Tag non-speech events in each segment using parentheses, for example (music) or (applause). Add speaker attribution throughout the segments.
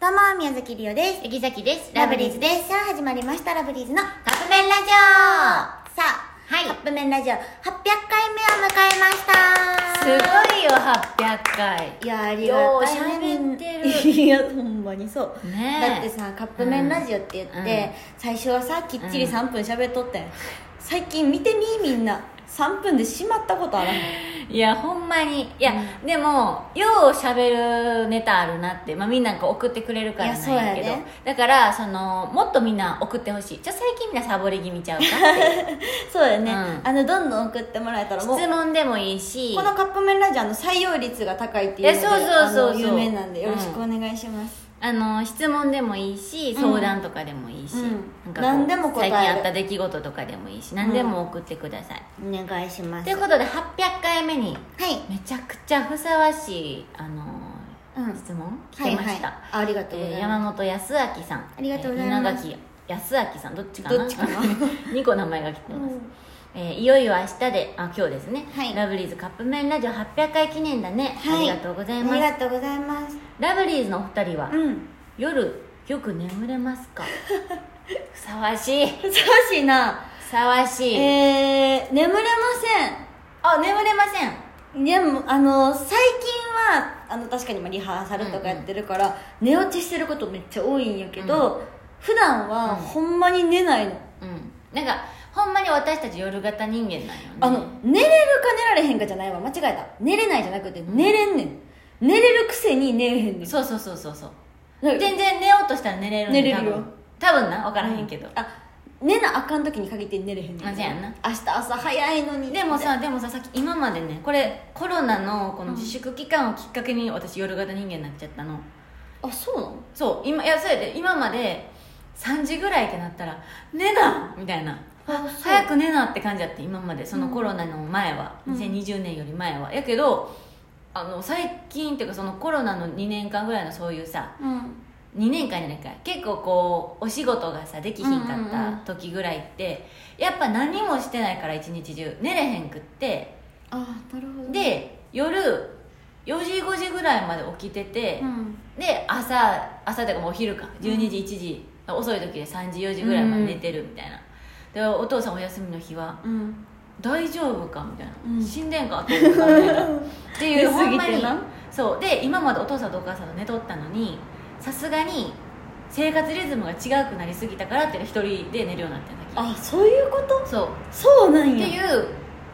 Speaker 1: どうも宮崎りおです
Speaker 2: えぎざきです
Speaker 1: ラブリーズですすさあ始まりましたラブリーズのカッ
Speaker 2: カップ麺ラジオ
Speaker 1: さあ
Speaker 2: はい
Speaker 1: カップ麺ラジオ800回目を迎えました
Speaker 2: すごいよ800回
Speaker 1: いやありがたいね
Speaker 2: よう喋ってる
Speaker 1: いやほんまにそう
Speaker 2: ねえ
Speaker 1: だってさカップ麺ラジオって言って、
Speaker 2: うんうん
Speaker 1: 最初はさきっちり
Speaker 2: うん
Speaker 1: 3分喋っとってん、最近見てみみんな3分でしまったことあらへん
Speaker 2: (laughs) いやほんまにいや、でもようしゃべるネタあるなって、まあ、みんなこう送ってくれるか
Speaker 1: い
Speaker 2: らな
Speaker 1: や
Speaker 2: ん
Speaker 1: そうや
Speaker 2: や
Speaker 1: ね
Speaker 2: けどだからそのもっとみんな送ってほしいじゃ最近みんなサボり気味ちゃうかって
Speaker 1: (laughs) そうだよね、
Speaker 2: うん
Speaker 1: あのどんどん送ってもらえたらもう
Speaker 2: 質問でもいいし
Speaker 1: このカップ麺ラジオの採用率が高いっていうので
Speaker 2: いやそうそうそうそう
Speaker 1: あの有名なんでよろしくお願いします、
Speaker 2: あの質問でもいいし
Speaker 1: うん
Speaker 2: 相談とかでもいいし、
Speaker 1: うん
Speaker 2: こう
Speaker 1: 何でも答える
Speaker 2: 最近あった出来事とかでもいいし何でも送ってください、
Speaker 1: お願いしま
Speaker 2: ということで800回目に
Speaker 1: はい、
Speaker 2: めちゃくちゃふさわしいあの
Speaker 1: うん、
Speaker 2: 質問来てました、
Speaker 1: はいはい、ありがとうご
Speaker 2: え
Speaker 1: ざ
Speaker 2: ー
Speaker 1: い
Speaker 2: 山
Speaker 1: ま
Speaker 2: 本康明さん
Speaker 1: ありがとうございます
Speaker 2: えー稲垣康明さんどっちかな
Speaker 1: どっちか
Speaker 2: (laughs)
Speaker 1: な
Speaker 2: 2個名前が来て
Speaker 1: す、う
Speaker 2: ます、
Speaker 1: ん
Speaker 2: えーいよいよ明日であ今日ですね、
Speaker 1: はい
Speaker 2: ラブリーズカップ麺ラジオ800回記念だね、
Speaker 1: はい
Speaker 2: ありがとうござい
Speaker 1: あ
Speaker 2: ま
Speaker 1: り
Speaker 2: す
Speaker 1: がとうございます
Speaker 2: ラブリーズのお二人は、
Speaker 1: うん
Speaker 2: 夜よく眠れます
Speaker 1: (laughs)
Speaker 2: かふさわしい
Speaker 1: ふさわしいな
Speaker 2: ふさわしい、
Speaker 1: えー、眠れま
Speaker 2: あ眠れません
Speaker 1: せんでもあの最近はあの確かにまあリハーサルとかやってるから、寝落ちしてることめっちゃ多いんやけど、普段は
Speaker 2: うん
Speaker 1: ほんまに寝ないの、
Speaker 2: うんなんかほんまに私たち夜型人間なんよね
Speaker 1: あの寝れるか寝られへんかじゃないわ間違えた寝れないじゃなくて寝れんねん寝れるくせに寝れへんねん
Speaker 2: そうそうそうそうそう
Speaker 1: なんか
Speaker 2: 全然寝ようとしたら寝れるんで
Speaker 1: 寝れるよ
Speaker 2: 多分多分な分からへんけど、
Speaker 1: あ寝なあかん時に限って寝れへんねん
Speaker 2: あそうやんな
Speaker 1: 明日朝早いのに
Speaker 2: でもさでもささっき今までねこれコロナのこの自粛期間をきっかけに私夜型人間になっちゃったの
Speaker 1: あそうなの
Speaker 2: そう今いやそうやで今まで3時ぐらいってなったら「寝な!」みたいな
Speaker 1: あそう
Speaker 2: 早く寝なって感じだって今までそのコロナの前は、
Speaker 1: うん
Speaker 2: 2020年より前はやけどあの最近っていうかそのコロナの2年間ぐらいのそういうさ
Speaker 1: うん
Speaker 2: 2年間じゃないか結構こうお仕事がさできひんか
Speaker 1: うんうん
Speaker 2: っ
Speaker 1: うん
Speaker 2: た時ぐらいって、やっぱ何もしてないから一日中寝れへんくって
Speaker 1: あなるほどで、
Speaker 2: で夜4時5時ぐらいまで起きてて、
Speaker 1: ん、
Speaker 2: で朝朝というかもうお昼か12時1時、遅い時で3時4時ぐらいまで寝てるみたいな、でお父さんお休みの日は
Speaker 1: うん、
Speaker 2: 「大丈夫か?」みたいな「
Speaker 1: うん
Speaker 2: 死んでんか?」って思ったみたいなってい
Speaker 1: 寝
Speaker 2: う
Speaker 1: す
Speaker 2: ほん
Speaker 1: ぎ
Speaker 2: ま
Speaker 1: て
Speaker 2: に
Speaker 1: な
Speaker 2: そうで今までお父さんとお母さんと寝とったのにさすがに生活リズムが違うくなりすぎたからって一人で寝るようになってんだ
Speaker 1: あそういうこと
Speaker 2: けそう
Speaker 1: そうなん
Speaker 2: って
Speaker 1: や
Speaker 2: いう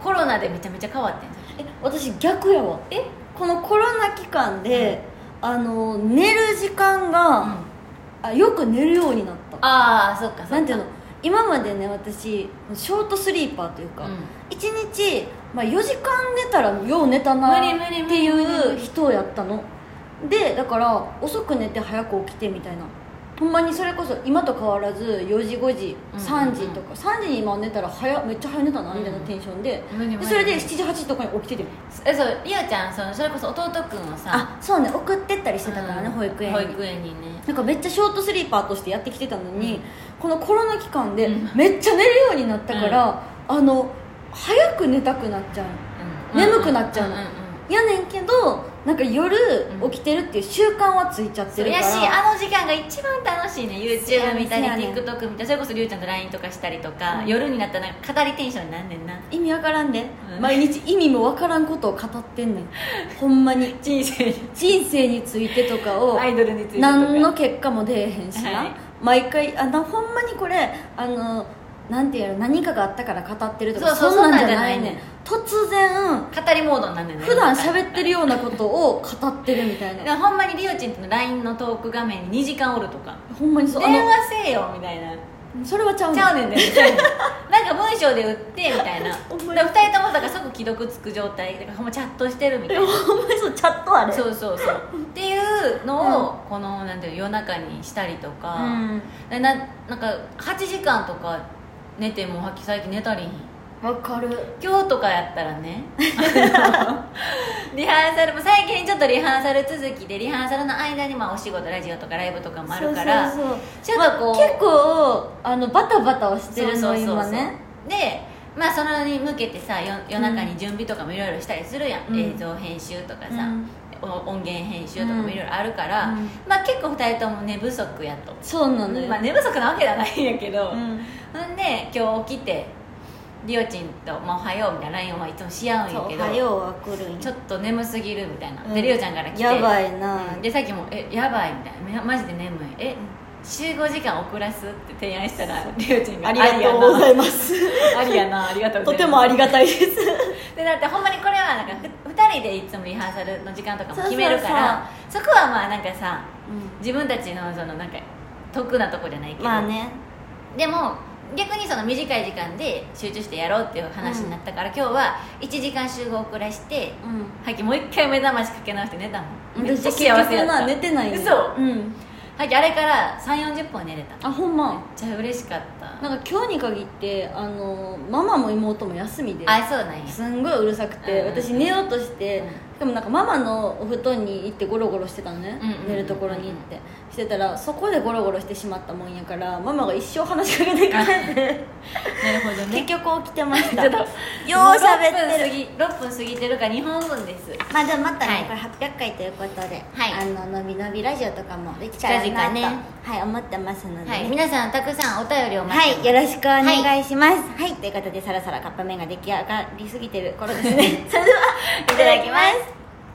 Speaker 2: コロナでめちゃめちゃ変わってんだ
Speaker 1: え私逆やわえこのコロナ期間で、あの寝る時間
Speaker 2: うん
Speaker 1: が、あよく寝るようになった
Speaker 2: ああそっかそっか
Speaker 1: なんていうの今までね私ショートスリーパーというか、
Speaker 2: うん
Speaker 1: 一日、まあ、4時間寝たらよう寝たな
Speaker 2: 無理無理
Speaker 1: っ
Speaker 2: 無
Speaker 1: て
Speaker 2: 理
Speaker 1: い
Speaker 2: 無理無
Speaker 1: う
Speaker 2: 理
Speaker 1: 人やったのでだから遅く寝て早く起きてみたいなほんまにそれこそ今と変わらず4時5時
Speaker 2: うん
Speaker 1: 3時とか、3時に今寝たら早めっちゃ早寝たなみたいなテンションで,、
Speaker 2: 無理無理
Speaker 1: でそれで7時8時とかに起きてて
Speaker 2: えそうりおちゃんそのそれこそ弟くんをさ
Speaker 1: あそうね送ってったりしてたからね、
Speaker 2: うん
Speaker 1: 保育園に
Speaker 2: 保育園にね
Speaker 1: なんかめっちゃショートスリーパーとしてやってきてたのに、このコロナ期間で
Speaker 2: うん
Speaker 1: めっちゃ寝るようになったから、あの早く寝たくなっちゃう
Speaker 2: うん
Speaker 1: 眠くなっちゃうの
Speaker 2: んんん
Speaker 1: やねんけどなんか夜
Speaker 2: うん
Speaker 1: 起きてるっていう習慣はついちゃって
Speaker 2: そう
Speaker 1: るか
Speaker 2: や
Speaker 1: ら
Speaker 2: しあの時間が一番楽しいね
Speaker 1: そうやね
Speaker 2: YouTube
Speaker 1: ん
Speaker 2: 見た
Speaker 1: そう
Speaker 2: り
Speaker 1: やねん
Speaker 2: TikTok 見たりそれこそりゅうちゃんと LINE とかしたりとか、
Speaker 1: うん
Speaker 2: 夜になったらなんか語りテンションになんねんな
Speaker 1: 意味わからんで、
Speaker 2: うん
Speaker 1: 毎日意味もわからんことを語って
Speaker 2: (laughs)
Speaker 1: んねんほんまに
Speaker 2: 人生に
Speaker 1: 人生についてとかを
Speaker 2: アイドルについてとか
Speaker 1: 何の結果も出えへんしな、
Speaker 2: はい
Speaker 1: 毎回あなほんまにこれあのなんていうの何かがあったから語ってるとか
Speaker 2: そうそう
Speaker 1: そんなんじゃないねん
Speaker 2: そんなん
Speaker 1: 突然
Speaker 2: 語りモードになんねんな
Speaker 1: 普段
Speaker 2: っ
Speaker 1: 喋ってるようなことを語ってるみたい
Speaker 2: (laughs)
Speaker 1: な
Speaker 2: ほんまにりおちんとの LINE のトーク画面に2時間おるとか
Speaker 1: ほんまにそうあ
Speaker 2: 電
Speaker 1: の
Speaker 2: 話せえよみたいな
Speaker 1: それはちゃう
Speaker 2: ち
Speaker 1: の
Speaker 2: ゃうねんねみ (laughs) たいななんか文章で打ってみたいな (laughs) だ
Speaker 1: ほんま
Speaker 2: か
Speaker 1: に
Speaker 2: ら2人ともだから即既読つく状態だからほんまチャットしてるみたいな
Speaker 1: ほんまにそうチャットあれ
Speaker 2: そうそうそうっていうのを、このなんていうの夜中にしたりと
Speaker 1: う
Speaker 2: か、
Speaker 1: ん
Speaker 2: ななんか8時間とか寝てもはき最近寝たりひん
Speaker 1: わかる
Speaker 2: 今日とかやったらね (laughs) あのリハーサルも最近ちょっとリハーサル続きでリハーサルの間にまあお仕事ラジオとかライブとかもあるから
Speaker 1: そうそう
Speaker 2: ちょっとこう、
Speaker 1: そう結構あのバタバタはしてるの今ね
Speaker 2: でまあそれに向けてさよ夜中に準備とかもいろいろしたりするやん、
Speaker 1: うん
Speaker 2: 映像編集とかさ、
Speaker 1: うん
Speaker 2: お音源編集とかもいろいろあるから、
Speaker 1: うん
Speaker 2: まあ結構2人とも寝不足やと、
Speaker 1: そうなのよ、
Speaker 2: まあ、寝不足なわけじゃないんやけど、
Speaker 1: うん
Speaker 2: ほんで今日起きてりおちんと「まあ、おはよう」みたいな LINE をまあいつもし合うん
Speaker 1: そ
Speaker 2: や
Speaker 1: う「お
Speaker 2: け
Speaker 1: は
Speaker 2: ど
Speaker 1: よう」は来るん
Speaker 2: ちょっと眠すぎるみたいな、
Speaker 1: うん
Speaker 2: でりおちゃんから来て
Speaker 1: やばいな
Speaker 2: うんでさっきも「えやばい」みたいなま「マジで眠い」え集合時間遅らすって提案したらりおちんが
Speaker 1: ありがとうございます
Speaker 2: (laughs)
Speaker 1: (laughs)
Speaker 2: ありやなありがとうご
Speaker 1: と
Speaker 2: ざ
Speaker 1: て
Speaker 2: います
Speaker 1: もありがたいです
Speaker 2: でだってほんまにこれはなんかふ2人でいつもリハーサルの時間とかも決めるからそこはまあなんかさ自分たちのそのなんか得なとこじゃないけど、
Speaker 1: まあね
Speaker 2: でも逆にその短い時間で集中してやろうっていう話になったから、今日は1時間集合遅らして
Speaker 1: うん
Speaker 2: はっきもう一回目覚ましかけ直して寝たもんめっ
Speaker 1: 私
Speaker 2: ちゃ
Speaker 1: 結
Speaker 2: 幸せやった
Speaker 1: 局な寝てないよ
Speaker 2: 嘘
Speaker 1: うん
Speaker 2: はっきあれから3 4 0分寝れためっ
Speaker 1: あほんま
Speaker 2: ちゃ嬉しかった
Speaker 1: なんか今日に限ってあのママも妹も休みで
Speaker 2: あそうなんや
Speaker 1: すんごいうるさくて、
Speaker 2: うん
Speaker 1: 私寝ようとして、
Speaker 2: うん
Speaker 1: しかもなんかママのお布団に行ってゴロゴロしてたのね、
Speaker 2: うんうんうん
Speaker 1: 寝るところに行ってしてたらそこでゴロゴロしてしまったもんやからママが一生話しかけてくれて
Speaker 2: (laughs) なるほど
Speaker 1: 結局起きてました (laughs)
Speaker 2: ちょっと
Speaker 1: ようしゃべってる
Speaker 2: る6分過ぎてるから日本分です
Speaker 1: まあでもまたね、
Speaker 2: はい
Speaker 1: これ800回ということで、
Speaker 2: はい
Speaker 1: あののびのびラジオとかもできたらな
Speaker 2: 近
Speaker 1: と、
Speaker 2: 々ね
Speaker 1: はい思ってますので、
Speaker 2: はい、皆さんたくさんお便りを待っ
Speaker 1: は
Speaker 2: て
Speaker 1: い、よろしくお願いします。
Speaker 2: (laughs)
Speaker 1: はい、ということで、そろそろカップ麺が出来上がりすぎてる頃ですね。それでは、いただきます。